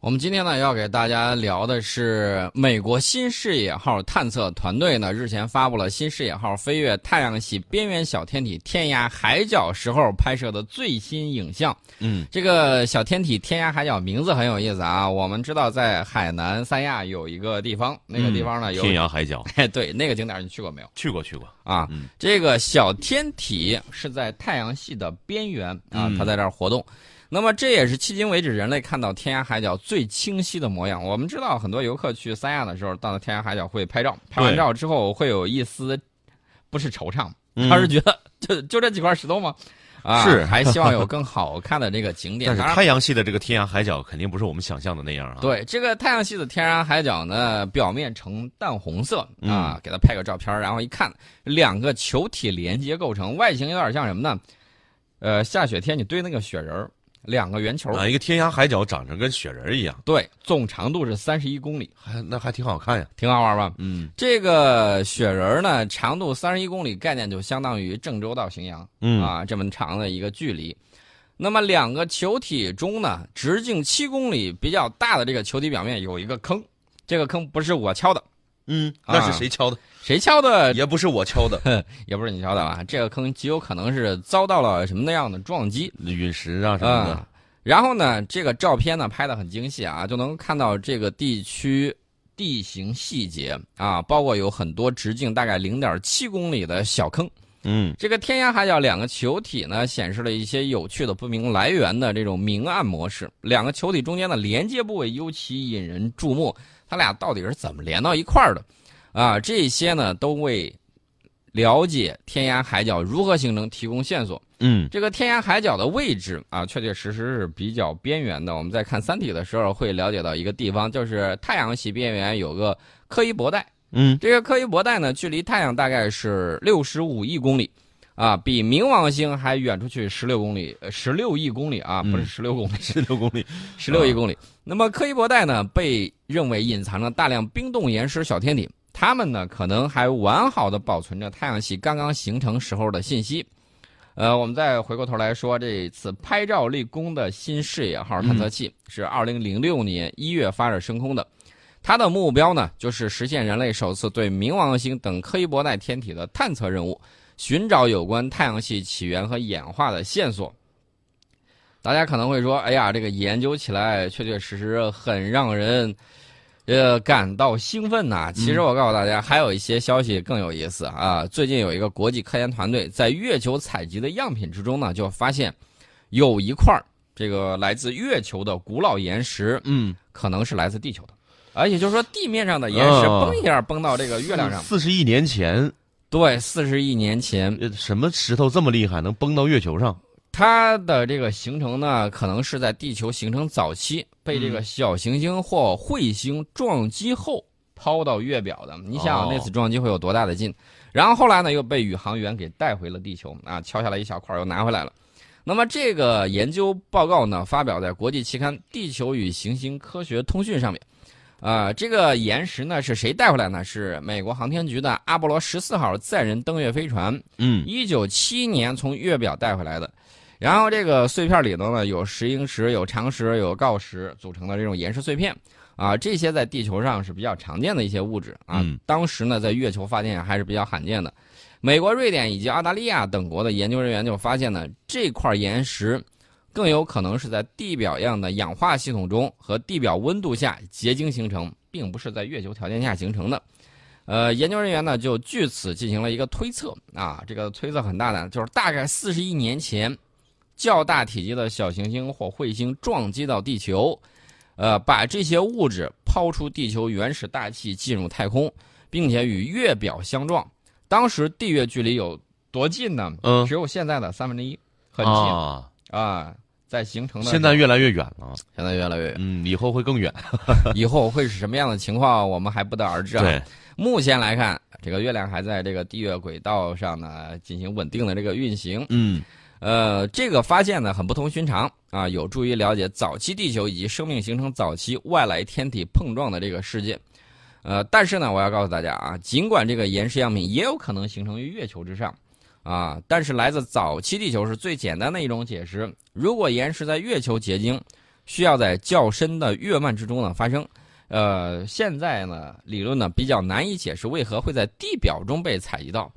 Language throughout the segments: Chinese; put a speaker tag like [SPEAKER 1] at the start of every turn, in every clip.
[SPEAKER 1] 我们今天呢要给大家聊的是美国新视野号探测团队呢日前发布了新视野号飞越太阳系边缘小天体天涯海角时候拍摄的最新影像。
[SPEAKER 2] 嗯，
[SPEAKER 1] 这个小天体天涯海角名字很有意思啊。我们知道在海南三亚有一个地方，那个地方呢有
[SPEAKER 2] 嗯天涯海角，
[SPEAKER 1] 哎 对那个景点你去过没有？
[SPEAKER 2] 去过去过。
[SPEAKER 1] 啊，
[SPEAKER 2] 嗯
[SPEAKER 1] 这个小天体是在太阳系的边缘啊
[SPEAKER 2] 嗯，
[SPEAKER 1] 它在这儿活动。那么这也是迄今为止人类看到天涯海角最清晰的模样。我们知道很多游客去三亚的时候，到了天涯海角会拍照，拍完
[SPEAKER 2] 对
[SPEAKER 1] 照之后会有一丝不是惆怅，
[SPEAKER 2] 嗯
[SPEAKER 1] 他是觉得 就就这几块石头吗？啊，
[SPEAKER 2] 是
[SPEAKER 1] 还希望有更好看的这个景点。
[SPEAKER 2] 但是
[SPEAKER 1] 当然
[SPEAKER 2] 太阳系的这个天涯海角肯定不是我们想象的那样啊。，
[SPEAKER 1] 对，这个太阳系的天然海角呢，表面呈淡红色
[SPEAKER 2] 嗯
[SPEAKER 1] 啊，给它拍个照片儿，然后一看，两个球体连接构成，外形有点像什么呢？呃，下雪天你堆那个雪人儿，两个圆球儿，
[SPEAKER 2] 啊，一个天涯海角长成跟雪人儿一样，
[SPEAKER 1] 对，总长度是三十一公里，
[SPEAKER 2] 还那还挺好看呀。
[SPEAKER 1] 挺好玩吧？
[SPEAKER 2] 嗯
[SPEAKER 1] 这个雪人儿呢，长度三十一公里，概念就相当于郑州到荥阳。
[SPEAKER 2] 嗯，
[SPEAKER 1] 啊，这么长的一个距离。那么两个球体中呢，直径七公里比较大的这个球体表面有一个坑，这个坑不是我敲的，
[SPEAKER 2] 嗯，
[SPEAKER 1] 啊呃
[SPEAKER 2] 那是谁敲的？
[SPEAKER 1] 谁敲的
[SPEAKER 2] 也不是我 敲的，
[SPEAKER 1] 也不是你敲的啊，这个坑极有可能是遭到了什么那样的撞击
[SPEAKER 2] 陨石啊什么
[SPEAKER 1] 啊
[SPEAKER 2] 的。。
[SPEAKER 1] 然后呢，这个照片呢拍的很精细啊，就能看到这个地区地形细节啊，包括有很多直径大概零点七公里的小坑。
[SPEAKER 2] 嗯
[SPEAKER 1] 这个天涯海角两个球体呢，显示了一些有趣的不明来源的这种明暗模式。两个球体中间的连接部位尤其引人注目，它俩到底是怎么连到一块儿的？啊，这些呢都为了解天涯海角如何形成提供线索。
[SPEAKER 2] 嗯，
[SPEAKER 1] 这个天涯海角的位置啊，确确实实是比较边缘的。我们在看《三体》的时候会了解到一个地方，就是太阳系边缘有个柯伊伯带。
[SPEAKER 2] 嗯，
[SPEAKER 1] 这个柯伊伯带呢，距离太阳大概是六十五亿公里，啊，比冥王星还远出去十六公里，呃十六亿公里啊，
[SPEAKER 2] 嗯
[SPEAKER 1] 不是十六公里，
[SPEAKER 2] 十六公里。
[SPEAKER 1] 十六亿公里。那么柯伊伯带呢，被认为隐藏着大量冰冻岩石小天体，它们呢可能还完好的保存着太阳系刚刚形成时候的信息。呃，我们再回过头来说，这次拍照立功的新视野号探测器是二零零六年一月发射升空的，它的目标呢就是实现人类首次对冥王星等柯伊伯带天体的探测任务，寻找有关太阳系起源和演化的线索。大家可能会说，哎呀，这个研究起来确确实实很让人，呃，感到兴奋呐、其实我告诉大家，还有一些消息更有意思啊。最近有一个国际科研团队在月球采集的样品之中呢，就发现有一块儿这个来自月球的古老岩石，
[SPEAKER 2] 嗯，
[SPEAKER 1] 可能是来自地球的。而也就是说，地面上的岩石
[SPEAKER 2] 哦嗯
[SPEAKER 1] 嘣一下崩到这个月亮上，
[SPEAKER 2] 四十亿年前，
[SPEAKER 1] 对，四十亿年前，
[SPEAKER 2] 呃什么石头这么厉害，能崩到月球上？
[SPEAKER 1] 它的这个形成呢，可能是在地球形成早期被这个小行星或彗星撞击后抛到月表的。你想想
[SPEAKER 2] 哦
[SPEAKER 1] 那次撞击会有多大的劲？然后后来呢，又被宇航员给带回了地球啊，敲下来一小块儿又拿回来了。那么这个研究报告呢，发表在国际期刊《地球与行星科学通讯》上面。啊、这个岩石呢是谁带回来呢？是美国航天局的阿波罗十四号载人登月飞船，
[SPEAKER 2] 嗯
[SPEAKER 1] 一九七年从月表带回来的。然后这个碎片里头呢，有石英石、有长石、有锆石组成的这种岩石碎片啊，这些在地球上是比较常见的一些物质啊。
[SPEAKER 2] 嗯
[SPEAKER 1] 当时呢，在月球发现还是比较罕见的。美国、瑞典以及澳大利亚等国的研究人员就发现呢，这块岩石更有可能是在地表样的氧化系统中和地表温度下结晶形成，并不是在月球条件下形成的。呃，研究人员呢就据此进行了一个推测啊，这个推测很大胆，就是大概四十亿年前，较大体积的小行星或彗星撞击到地球，呃，把这些物质抛出地球原始大气进入太空，并且与月表相撞。当时地月距离有多近呢？
[SPEAKER 2] 嗯
[SPEAKER 1] 只有现在的三分之一，很近啊
[SPEAKER 2] 啊，
[SPEAKER 1] 在形成的
[SPEAKER 2] 现在越来越远了。
[SPEAKER 1] 现在越来越远，
[SPEAKER 2] 嗯，以后会更远。
[SPEAKER 1] 以后会是什么样的情况，我们还不得而知啊。
[SPEAKER 2] 对，
[SPEAKER 1] 目前来看，这个月亮还在这个地月轨道上呢进行稳定的这个运行。
[SPEAKER 2] 嗯
[SPEAKER 1] 呃，这个发现呢很不同寻常啊，有助于了解早期地球以及生命形成早期外来天体碰撞的这个世界。呃，但是呢，我要告诉大家啊，尽管这个岩石样品也有可能形成于月球之上啊，但是来自早期地球是最简单的一种解释。如果岩石在月球结晶，需要在较深的月幔之中呢发生。呃，现在呢，理论呢比较难以解释为何会在地表中被采集到。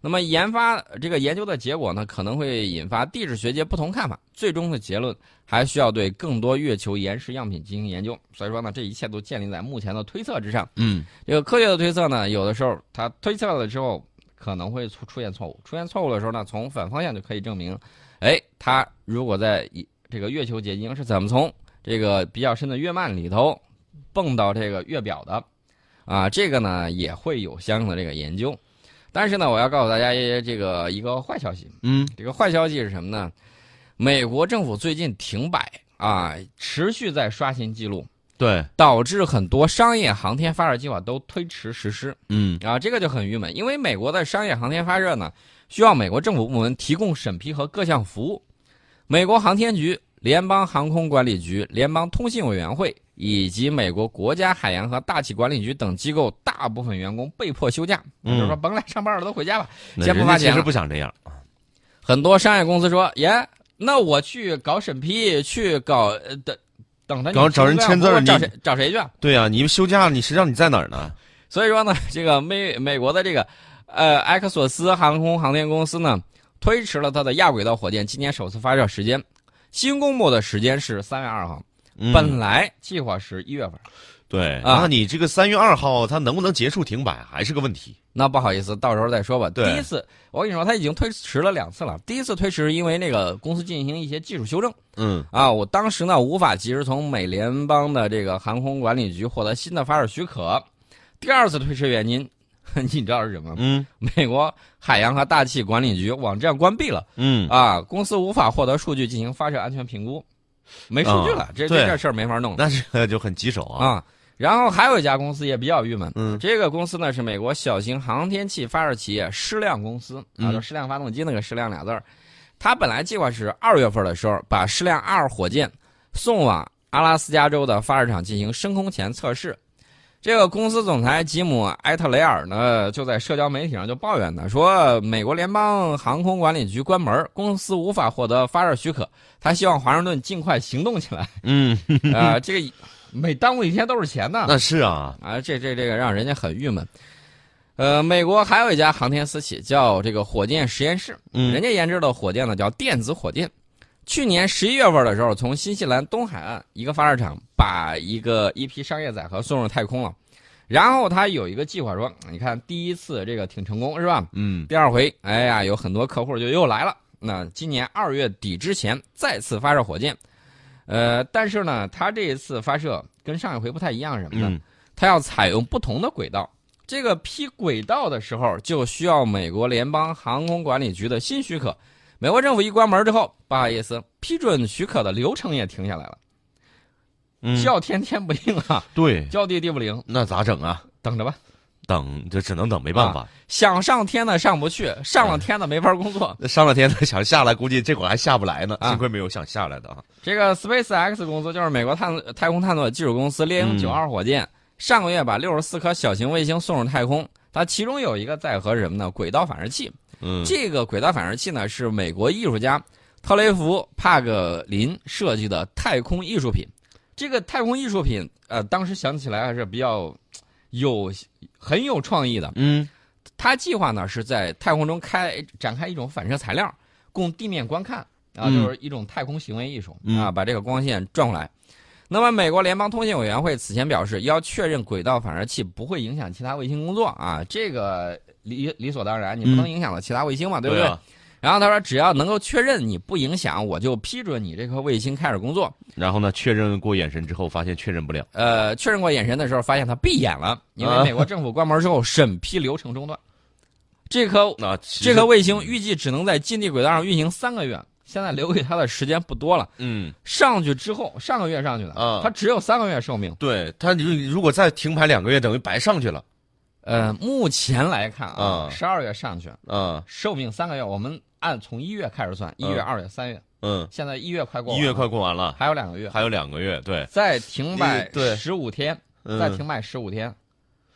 [SPEAKER 1] 那么研发这个研究的结果呢，可能会引发地质学界不同看法。最终的结论还需要对更多月球岩石样品进行研究。所以说呢，这一切都建立在目前的推测之上。
[SPEAKER 2] 嗯，
[SPEAKER 1] 这个科学的推测呢，有的时候它推测了之后可能会出出现错误，出现错误的时候呢，从反方向就可以证明，哎，它如果在一这个月球结晶是怎么从这个比较深的月幔里头蹦到这个月表的，啊，这个呢也会有相应的这个研究。但是呢，我要告诉大家一这个一个坏消息，
[SPEAKER 2] 嗯，
[SPEAKER 1] 这个坏消息是什么呢？美国政府最近停摆啊，持续在刷新记录，
[SPEAKER 2] 对，
[SPEAKER 1] 导致很多商业航天发射计划都推迟实施
[SPEAKER 2] 嗯，
[SPEAKER 1] 啊，这个就很郁闷，因为美国的商业航天发射呢，需要美国政府部门提供审批和各项服务，美国航天局、联邦航空管理局、联邦通信委员会以及美国国家海洋和大气管理局等机构，大部分员工被迫休假，
[SPEAKER 2] 嗯
[SPEAKER 1] 就是说甭来上班了，都回家吧。
[SPEAKER 2] 那
[SPEAKER 1] 先不
[SPEAKER 2] 人
[SPEAKER 1] 花
[SPEAKER 2] 家
[SPEAKER 1] 钱
[SPEAKER 2] 其实
[SPEAKER 1] 了
[SPEAKER 2] 不想这样，
[SPEAKER 1] 很多商业公司说，耶，那我去搞审批，去搞呃等等着你
[SPEAKER 2] 搞找人签字儿
[SPEAKER 1] 我找
[SPEAKER 2] 你
[SPEAKER 1] 谁找谁去啊？
[SPEAKER 2] 对呀、你们休假，你谁让你在哪儿呢？
[SPEAKER 1] 所以说呢，这个美美国的这个呃埃克索斯航空航天公司呢，推迟了它的亚轨道火箭今年首次发射时间。新公布的时间是三月二号，
[SPEAKER 2] 嗯
[SPEAKER 1] 本来计划是一月份。
[SPEAKER 2] 对，
[SPEAKER 1] 啊
[SPEAKER 2] 那你这个三月二号它能不能结束停摆还是个问题？
[SPEAKER 1] 那不好意思，到时候再说吧。
[SPEAKER 2] 对
[SPEAKER 1] 第一次，我跟你说，它已经推迟了两次了。第一次推迟是因为那个公司进行一些技术修正
[SPEAKER 2] 嗯
[SPEAKER 1] 啊，我当时呢无法及时从美联邦的这个航空管理局获得新的发射许可。第二次推迟原因， 你知道是什么吗？
[SPEAKER 2] 嗯
[SPEAKER 1] 美国海洋和大气管理局网站关闭了
[SPEAKER 2] 嗯，
[SPEAKER 1] 啊，公司无法获得数据进行发射安全评估，没数据了，
[SPEAKER 2] 啊
[SPEAKER 1] 这这
[SPEAKER 2] 对
[SPEAKER 1] 这事儿没法弄了
[SPEAKER 2] 那这 个就很棘手啊。
[SPEAKER 1] 啊。然后还有一家公司也比较郁闷，
[SPEAKER 2] 嗯
[SPEAKER 1] 这个公司呢是美国小型航天器发射企业矢量公司啊，
[SPEAKER 2] 嗯
[SPEAKER 1] 就矢量发动机那个矢量俩字儿，它本来计划是二月份的时候把矢量二火箭送往阿拉斯加州的发射场进行升空前测试。这个公司总裁吉姆·埃特雷尔呢，就在社交媒体上就抱怨呢，说美国联邦航空管理局关门，公司无法获得发射许可。他希望华盛顿尽快行动起来。
[SPEAKER 2] 嗯，
[SPEAKER 1] 啊、这个每耽误一天都是钱呢。
[SPEAKER 2] 那是啊，
[SPEAKER 1] 啊，这这这个让人家很郁闷。呃，美国还有一家航天私企叫这个火箭实验室，人
[SPEAKER 2] 嗯
[SPEAKER 1] 家研制的火箭呢叫电子火箭。去年十一月份的时候，从新西兰东海岸一个发射场把一个一批商业载荷送入太空了，然后他有一个计划说，你看第一次这个挺成功是吧？
[SPEAKER 2] 嗯
[SPEAKER 1] 第二回，哎呀，有很多客户就又来了。那今年二月底之前再次发射火箭，呃，但是呢，他这一次发射跟上一回不太一样，是什么呢？
[SPEAKER 2] 嗯
[SPEAKER 1] 它要采用不同的轨道。这个批轨道的时候，就需要美国联邦航空管理局的新许可。美国政府一关门之后，不好意思，批准许可的流程也停下来了，
[SPEAKER 2] 嗯，
[SPEAKER 1] 叫天天不应 啊，
[SPEAKER 2] 对，
[SPEAKER 1] 叫地地不灵，
[SPEAKER 2] 那咋整啊？
[SPEAKER 1] 等着吧。
[SPEAKER 2] 等就只能等，没办
[SPEAKER 1] 啊
[SPEAKER 2] 法。
[SPEAKER 1] 想上天的上不去，上了天的没法工作。
[SPEAKER 2] 那上了天 他想下来，估计这会儿还下不来呢。
[SPEAKER 1] 啊
[SPEAKER 2] 幸亏没有想下来的啊。
[SPEAKER 1] 这个 SpaceX 公司就是美国探太空探索技术公司猎鹰
[SPEAKER 2] 嗯
[SPEAKER 1] 九号火箭，上个月把六十四颗小型卫星送入太空。它其中有一个载荷是什么呢？轨道反射器。
[SPEAKER 2] 嗯，
[SPEAKER 1] 这个轨道反射器呢，是美国艺术家特雷弗·帕格林设计的太空艺术品。这个太空艺术品，呃，当时想起来还是比较有很有创意的。
[SPEAKER 2] 嗯
[SPEAKER 1] 他计划呢是在太空中开展开一种反射材料，供地面观看啊，
[SPEAKER 2] 嗯
[SPEAKER 1] 就是一种太空行为艺术
[SPEAKER 2] 嗯
[SPEAKER 1] 啊，把这个光线转过来。那么，美国联邦通信委员会此前表示，要确认轨道反射器不会影响其他卫星工作啊，这个理理所当然，你不
[SPEAKER 2] 嗯
[SPEAKER 1] 能影响到其他卫星嘛，对不对？
[SPEAKER 2] 啊
[SPEAKER 1] 然后他说，只要能够确认你不影响，我就批准你这颗卫星开始工作。
[SPEAKER 2] 然后呢，确认过眼神之后，发现确认不了。
[SPEAKER 1] 呃，确认过眼神的时候，发现他闭眼了，因为
[SPEAKER 2] 啊
[SPEAKER 1] 美国政府关门之后审批流程中 断。这颗
[SPEAKER 2] 那
[SPEAKER 1] 啊这颗卫星预计只能在近地轨道上运行三个月，现在留给它的时间不多了。
[SPEAKER 2] 嗯，
[SPEAKER 1] 上去之后，上个月上去的，
[SPEAKER 2] 啊
[SPEAKER 1] 它只有三个月寿命。
[SPEAKER 2] 对他如如果再停牌两个月，等于白上去了
[SPEAKER 1] 呃，目前来看啊
[SPEAKER 2] 啊，
[SPEAKER 1] 十二月上去，
[SPEAKER 2] 啊。
[SPEAKER 1] 寿命三个月，我们按从一月开始算，一月、
[SPEAKER 2] 嗯
[SPEAKER 1] 二月、三月，
[SPEAKER 2] 嗯，
[SPEAKER 1] 现在一月快过，
[SPEAKER 2] 一月快，过完了，
[SPEAKER 1] 还有两个月，
[SPEAKER 2] 还有两个月，对，
[SPEAKER 1] 再停摆
[SPEAKER 2] 一对
[SPEAKER 1] 十五天，
[SPEAKER 2] 嗯
[SPEAKER 1] 再停摆十五天，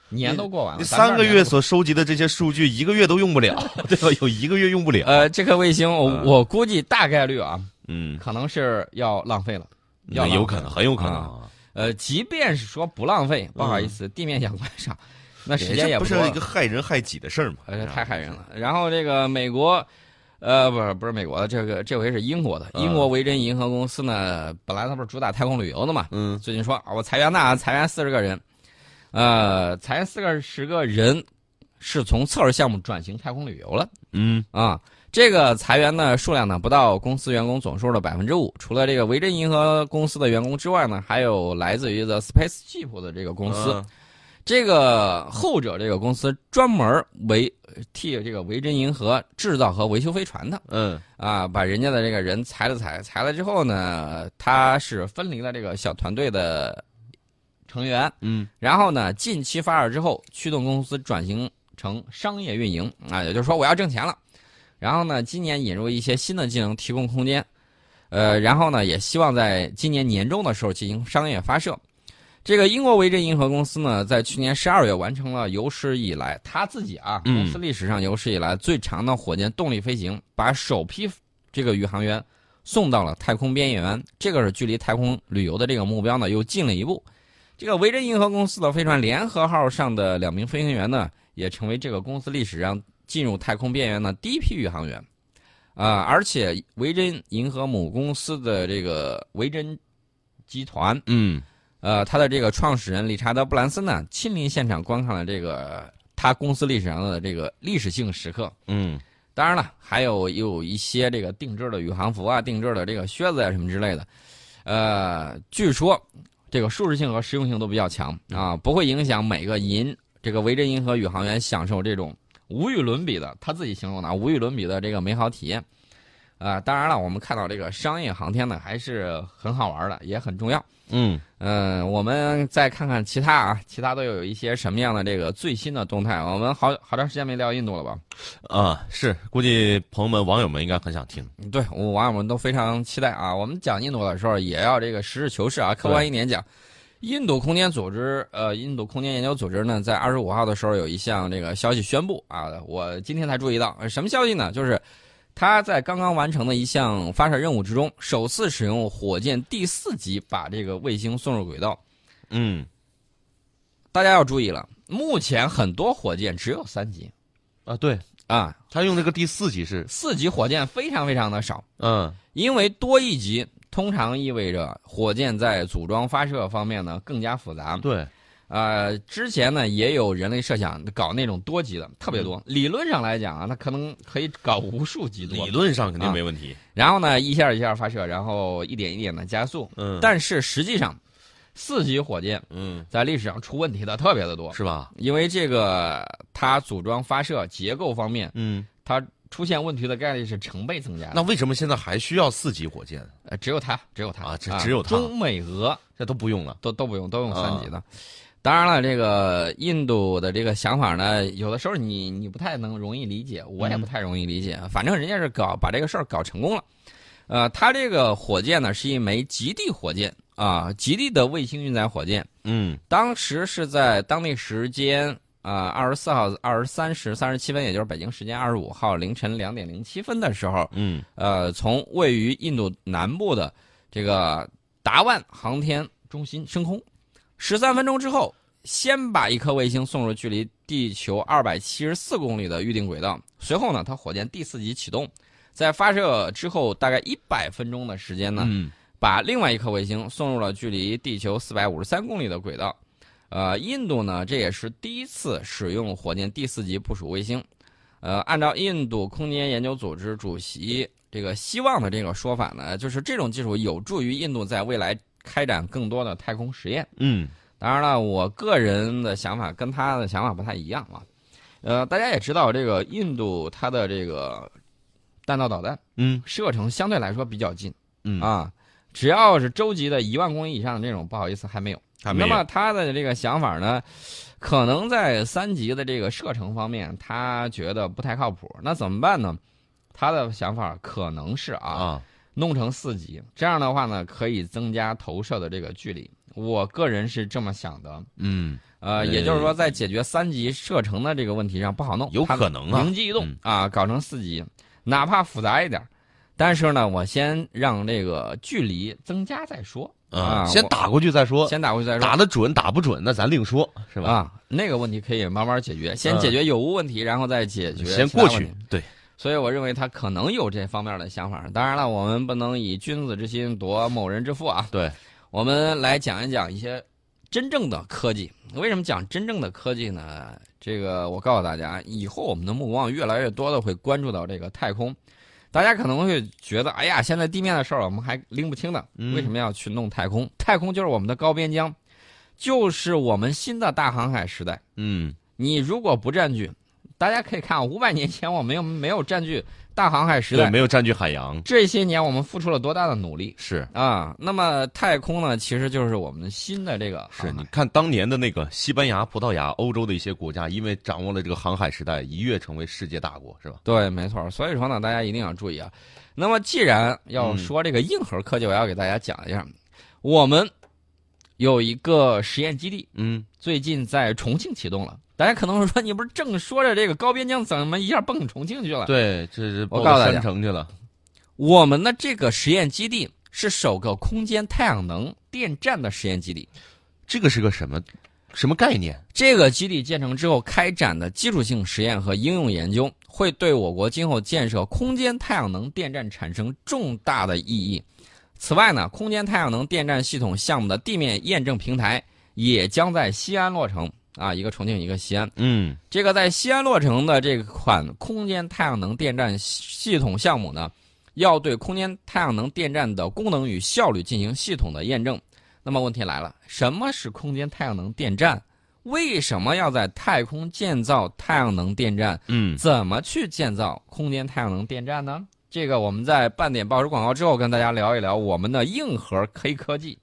[SPEAKER 1] 年都过完
[SPEAKER 2] 你
[SPEAKER 1] 了，咱
[SPEAKER 2] 三
[SPEAKER 1] 这
[SPEAKER 2] 个
[SPEAKER 1] 儿年
[SPEAKER 2] 月
[SPEAKER 1] 都。
[SPEAKER 2] 所收集的这些数据，一个月都用 不了，对吧？有一个月用不了。
[SPEAKER 1] 呃呃，这颗卫星我
[SPEAKER 2] 嗯
[SPEAKER 1] 我估计大概率啊，
[SPEAKER 2] 嗯，
[SPEAKER 1] 可能是要浪费了。要
[SPEAKER 2] 那有
[SPEAKER 1] 浪
[SPEAKER 2] 可
[SPEAKER 1] 费
[SPEAKER 2] 能，很有可能啊。
[SPEAKER 1] 呃，即便是说不浪费，不好意思，地面氧观赏，那时间
[SPEAKER 2] 这
[SPEAKER 1] 也
[SPEAKER 2] 嗯不是
[SPEAKER 1] 多
[SPEAKER 2] 一个嗯害人害己的事儿嘛？
[SPEAKER 1] 呃，太害人了。然后这个美国，呃，不是不是美国的，这个这回是英国的。
[SPEAKER 2] 嗯
[SPEAKER 1] 英国维珍银河公司呢，本来它不是主打太空旅游的嘛，
[SPEAKER 2] 嗯，
[SPEAKER 1] 最近说啊，我裁员呐，裁员四十个人，呃，裁员四个十个人，是从测试项目转型太空旅游了
[SPEAKER 2] 嗯
[SPEAKER 1] 啊。这个裁员呢数量呢不到公司员工总数的百分之五，除了这个维珍银河公司的员工之外呢，还有来自于 The Space Jeep 的这个公司。
[SPEAKER 2] 嗯
[SPEAKER 1] 这个后者这个公司专门为替这个维珍银河制造和维修飞船的
[SPEAKER 2] 嗯
[SPEAKER 1] 啊，把人家的这个人裁了裁，裁了之后呢，他是分离了这个小团队的成员，
[SPEAKER 2] 嗯
[SPEAKER 1] 然后呢，近期发展之后，驱动公司转型成商业运营啊，也就是说我要挣钱了。然后呢，今年引入一些新的技能，提供空间。呃，然后呢，也希望在今年年中的时候进行商业发射。这个英国维珍银河公司呢，在去年十二月完成了有史以来他自己啊，
[SPEAKER 2] 嗯
[SPEAKER 1] 公司历史上有史以来最长的火箭动力飞行，把首批这个宇航员送到了太空边缘。这个是距离太空旅游的这个目标呢又近了一步。这个维珍银河公司的飞船联合号上的两名飞行员呢，也成为这个公司历史上进入太空边缘的第一批宇航员。啊、而且维珍银河母公司的这个维珍集团，
[SPEAKER 2] 嗯
[SPEAKER 1] 呃，它的这个创始人理查德·布兰森呢，亲临现场观看了这个他公司历史上的这个历史性时刻。
[SPEAKER 2] 嗯
[SPEAKER 1] 当然了，还有有一些这个定制的宇航服啊、定制的这个靴子呀、什么之类的。呃，据说这个舒适性和实用性都比较强啊，不会影响每个银这个维珍银河宇航员享受这种无与伦比的，他自己形容的啊无与伦比的这个美好体验。啊、当然了，我们看到这个商业航天呢，还是很好玩的，也很重要。
[SPEAKER 2] 嗯
[SPEAKER 1] 嗯，我们再看看其他啊，其他都有一些什么样的这个最新的动态。我们好好长时间没聊印度了吧？
[SPEAKER 2] 啊，是，估计朋友们、网友们应该很想听。
[SPEAKER 1] 对，我网友们都非常期待啊。我们讲印度的时候，也要这个实事求是啊，客观一点讲。印度空间组织，呃，印度空间研究组织呢，在二十五号的时候有一项这个消息宣布啊，我今天才注意到，呃什么消息呢？就是他在刚刚完成的一项发射任务之中，首次使用火箭第四级把这个卫星送入轨道。
[SPEAKER 2] 嗯
[SPEAKER 1] 大家要注意了，目前很多火箭只有三级
[SPEAKER 2] 啊，对
[SPEAKER 1] 啊，
[SPEAKER 2] 他用这个第四级是，
[SPEAKER 1] 四级火箭非常非常的少。
[SPEAKER 2] 嗯
[SPEAKER 1] 因为多一级通常意味着火箭在组装发射方面呢更加复杂。
[SPEAKER 2] 对，
[SPEAKER 1] 呃，之前呢也有人类设想搞那种多级的，特别多。理论上来讲啊，它可能可以搞无数级多
[SPEAKER 2] 嗯理。论上肯定
[SPEAKER 1] 啊
[SPEAKER 2] 没问题。
[SPEAKER 1] 然后呢，一下一下发射，然后一点一点的加速。
[SPEAKER 2] 嗯，
[SPEAKER 1] 但是实际上，四级火箭
[SPEAKER 2] 嗯
[SPEAKER 1] 在历史上出问题的特别的多，
[SPEAKER 2] 是吧？
[SPEAKER 1] 因为这个它组装发射结构方面，
[SPEAKER 2] 嗯，
[SPEAKER 1] 它出现问题的概率是成倍增加的。
[SPEAKER 2] 那为什么现在还需要四级火箭？
[SPEAKER 1] 呃，只有它，只有它
[SPEAKER 2] 啊只只有它
[SPEAKER 1] 中美俄
[SPEAKER 2] 这都不用了。
[SPEAKER 1] 都都不用，都用
[SPEAKER 2] 啊
[SPEAKER 1] 三级的。当然了，这个印度的这个想法呢，有的时候你你不太能容易理解，我也不太容易理解。反正人家是搞把这个事儿搞成功了。呃，它这个火箭呢是一枚极地火箭啊，极地的卫星运载火箭。
[SPEAKER 2] 嗯
[SPEAKER 1] 当时是在当地时间啊二十四号二十三时三十七分，也就是北京时间二十五号凌晨两点零七分的时候，
[SPEAKER 2] 嗯
[SPEAKER 1] 呃，从位于印度南部的这个达万航天中心升空，十三分钟之后，先把一颗卫星送入距离地球二百七十四公里的预定轨道。随后呢，它火箭第四级启动，在发射之后大概一百分钟的时间呢，
[SPEAKER 2] 嗯
[SPEAKER 1] 把另外一颗卫星送入了距离地球四百五十三公里的轨道。呃，印度呢，这也是第一次使用火箭第四级部署卫星。呃，按照印度空间研究组织主席这个希望的这个说法呢，就是这种技术有助于印度在未来开展更多的太空实验。
[SPEAKER 2] 嗯
[SPEAKER 1] 当然了，我个人的想法跟他的想法不太一样啊。呃，大家也知道，这个印度它的这个弹道导弹
[SPEAKER 2] 嗯
[SPEAKER 1] 射程相对来说比较近。
[SPEAKER 2] 嗯，
[SPEAKER 1] 啊，只要是洲际的一万公里以上的这种，不好意思，还没有。
[SPEAKER 2] 还没
[SPEAKER 1] 那么
[SPEAKER 2] 有。
[SPEAKER 1] 他的这个想法呢，可能在三级的这个射程方面，他觉得不太靠谱。那怎么办呢？他的想法可能是啊，
[SPEAKER 2] 啊，
[SPEAKER 1] 弄成四级，这样的话呢，可以增加投射的这个距离。我个人是这么想的，
[SPEAKER 2] 嗯，
[SPEAKER 1] 呃，也就是说，在解决三级射程的这个问题上不好弄，
[SPEAKER 2] 有
[SPEAKER 1] 他
[SPEAKER 2] 可能啊
[SPEAKER 1] 灵机一动
[SPEAKER 2] 嗯
[SPEAKER 1] 啊，搞成四级，哪怕复杂一点儿，但是呢，我先让这个距离增加再说啊，
[SPEAKER 2] 先
[SPEAKER 1] 我
[SPEAKER 2] 打过去再说，
[SPEAKER 1] 先打回去再说，
[SPEAKER 2] 打得准打不准那咱另说，是吧？
[SPEAKER 1] 啊，那个问题可以慢慢解决，先解决有无问题，然后再解决
[SPEAKER 2] 先
[SPEAKER 1] 其他
[SPEAKER 2] 过
[SPEAKER 1] 问
[SPEAKER 2] 去
[SPEAKER 1] 题。，
[SPEAKER 2] 对，
[SPEAKER 1] 所以我认为他可能有这方面的想法。当然了，我们不能以君子之心夺某人之腹啊。
[SPEAKER 2] 对，
[SPEAKER 1] 我们来讲一讲一些真正的科技。为什么讲真正的科技呢？这个我告诉大家，以后我们的目光越来越多的会关注到这个太空。大家可能会觉得，哎呀，现在地面的事儿我们还拎不清呢，
[SPEAKER 2] 嗯
[SPEAKER 1] 为什么要去弄太空？太空就是我们的高边疆，就是我们新的大航海时代。
[SPEAKER 2] 嗯，
[SPEAKER 1] 你如果不占据，大家可以看，啊五百年前我们又没有占据大航海时
[SPEAKER 2] 对，
[SPEAKER 1] 代，
[SPEAKER 2] 没有占据海洋，
[SPEAKER 1] 这些年我们付出了多大的努力
[SPEAKER 2] 是
[SPEAKER 1] 啊！那么太空呢，其实就是我们新的这个航
[SPEAKER 2] 是，
[SPEAKER 1] 海
[SPEAKER 2] 你看当年的那个西班牙、葡萄牙、欧洲的一些国家，因为掌握了这个航海时代，一跃成为世界大国，是吧？
[SPEAKER 1] 对，没错。所以说呢，大家一定要注意啊。那么既然
[SPEAKER 2] 嗯
[SPEAKER 1] 要说这个硬核科技，我要给大家讲一下，我们有一个实验基地，
[SPEAKER 2] 嗯，
[SPEAKER 1] 最近在重庆启动了。大家可能会说，你不是正说着这个高边疆，怎么一下蹦重庆去了？
[SPEAKER 2] 对，这是
[SPEAKER 1] 我
[SPEAKER 2] 报
[SPEAKER 1] 告诉大
[SPEAKER 2] 到
[SPEAKER 1] 家
[SPEAKER 2] 山城去了，
[SPEAKER 1] 我们的这个实验基地是首个空间太阳能电站的实验基地。
[SPEAKER 2] 这个是个什么什么概念？
[SPEAKER 1] 这个基地建成之后开展的技术性实验和应用研究，会对我国今后建设空间太阳能电站产生重大的意义。此外呢，空间太阳能电站系统项目的地面验证平台也将在西安落成啊，一个重庆，一个西安。
[SPEAKER 2] 嗯，
[SPEAKER 1] 这个在西安落成的这款空间太阳能电站系统项目呢，要对空间太阳能电站的功能与效率进行系统的验证。那么问题来了，什么是空间太阳能电站？为什么要在太空建造太阳能电站？
[SPEAKER 2] 嗯，
[SPEAKER 1] 怎么去建造空间太阳能电站呢？这个我们在半点报时广告之后跟大家聊一聊我们的硬核黑科技。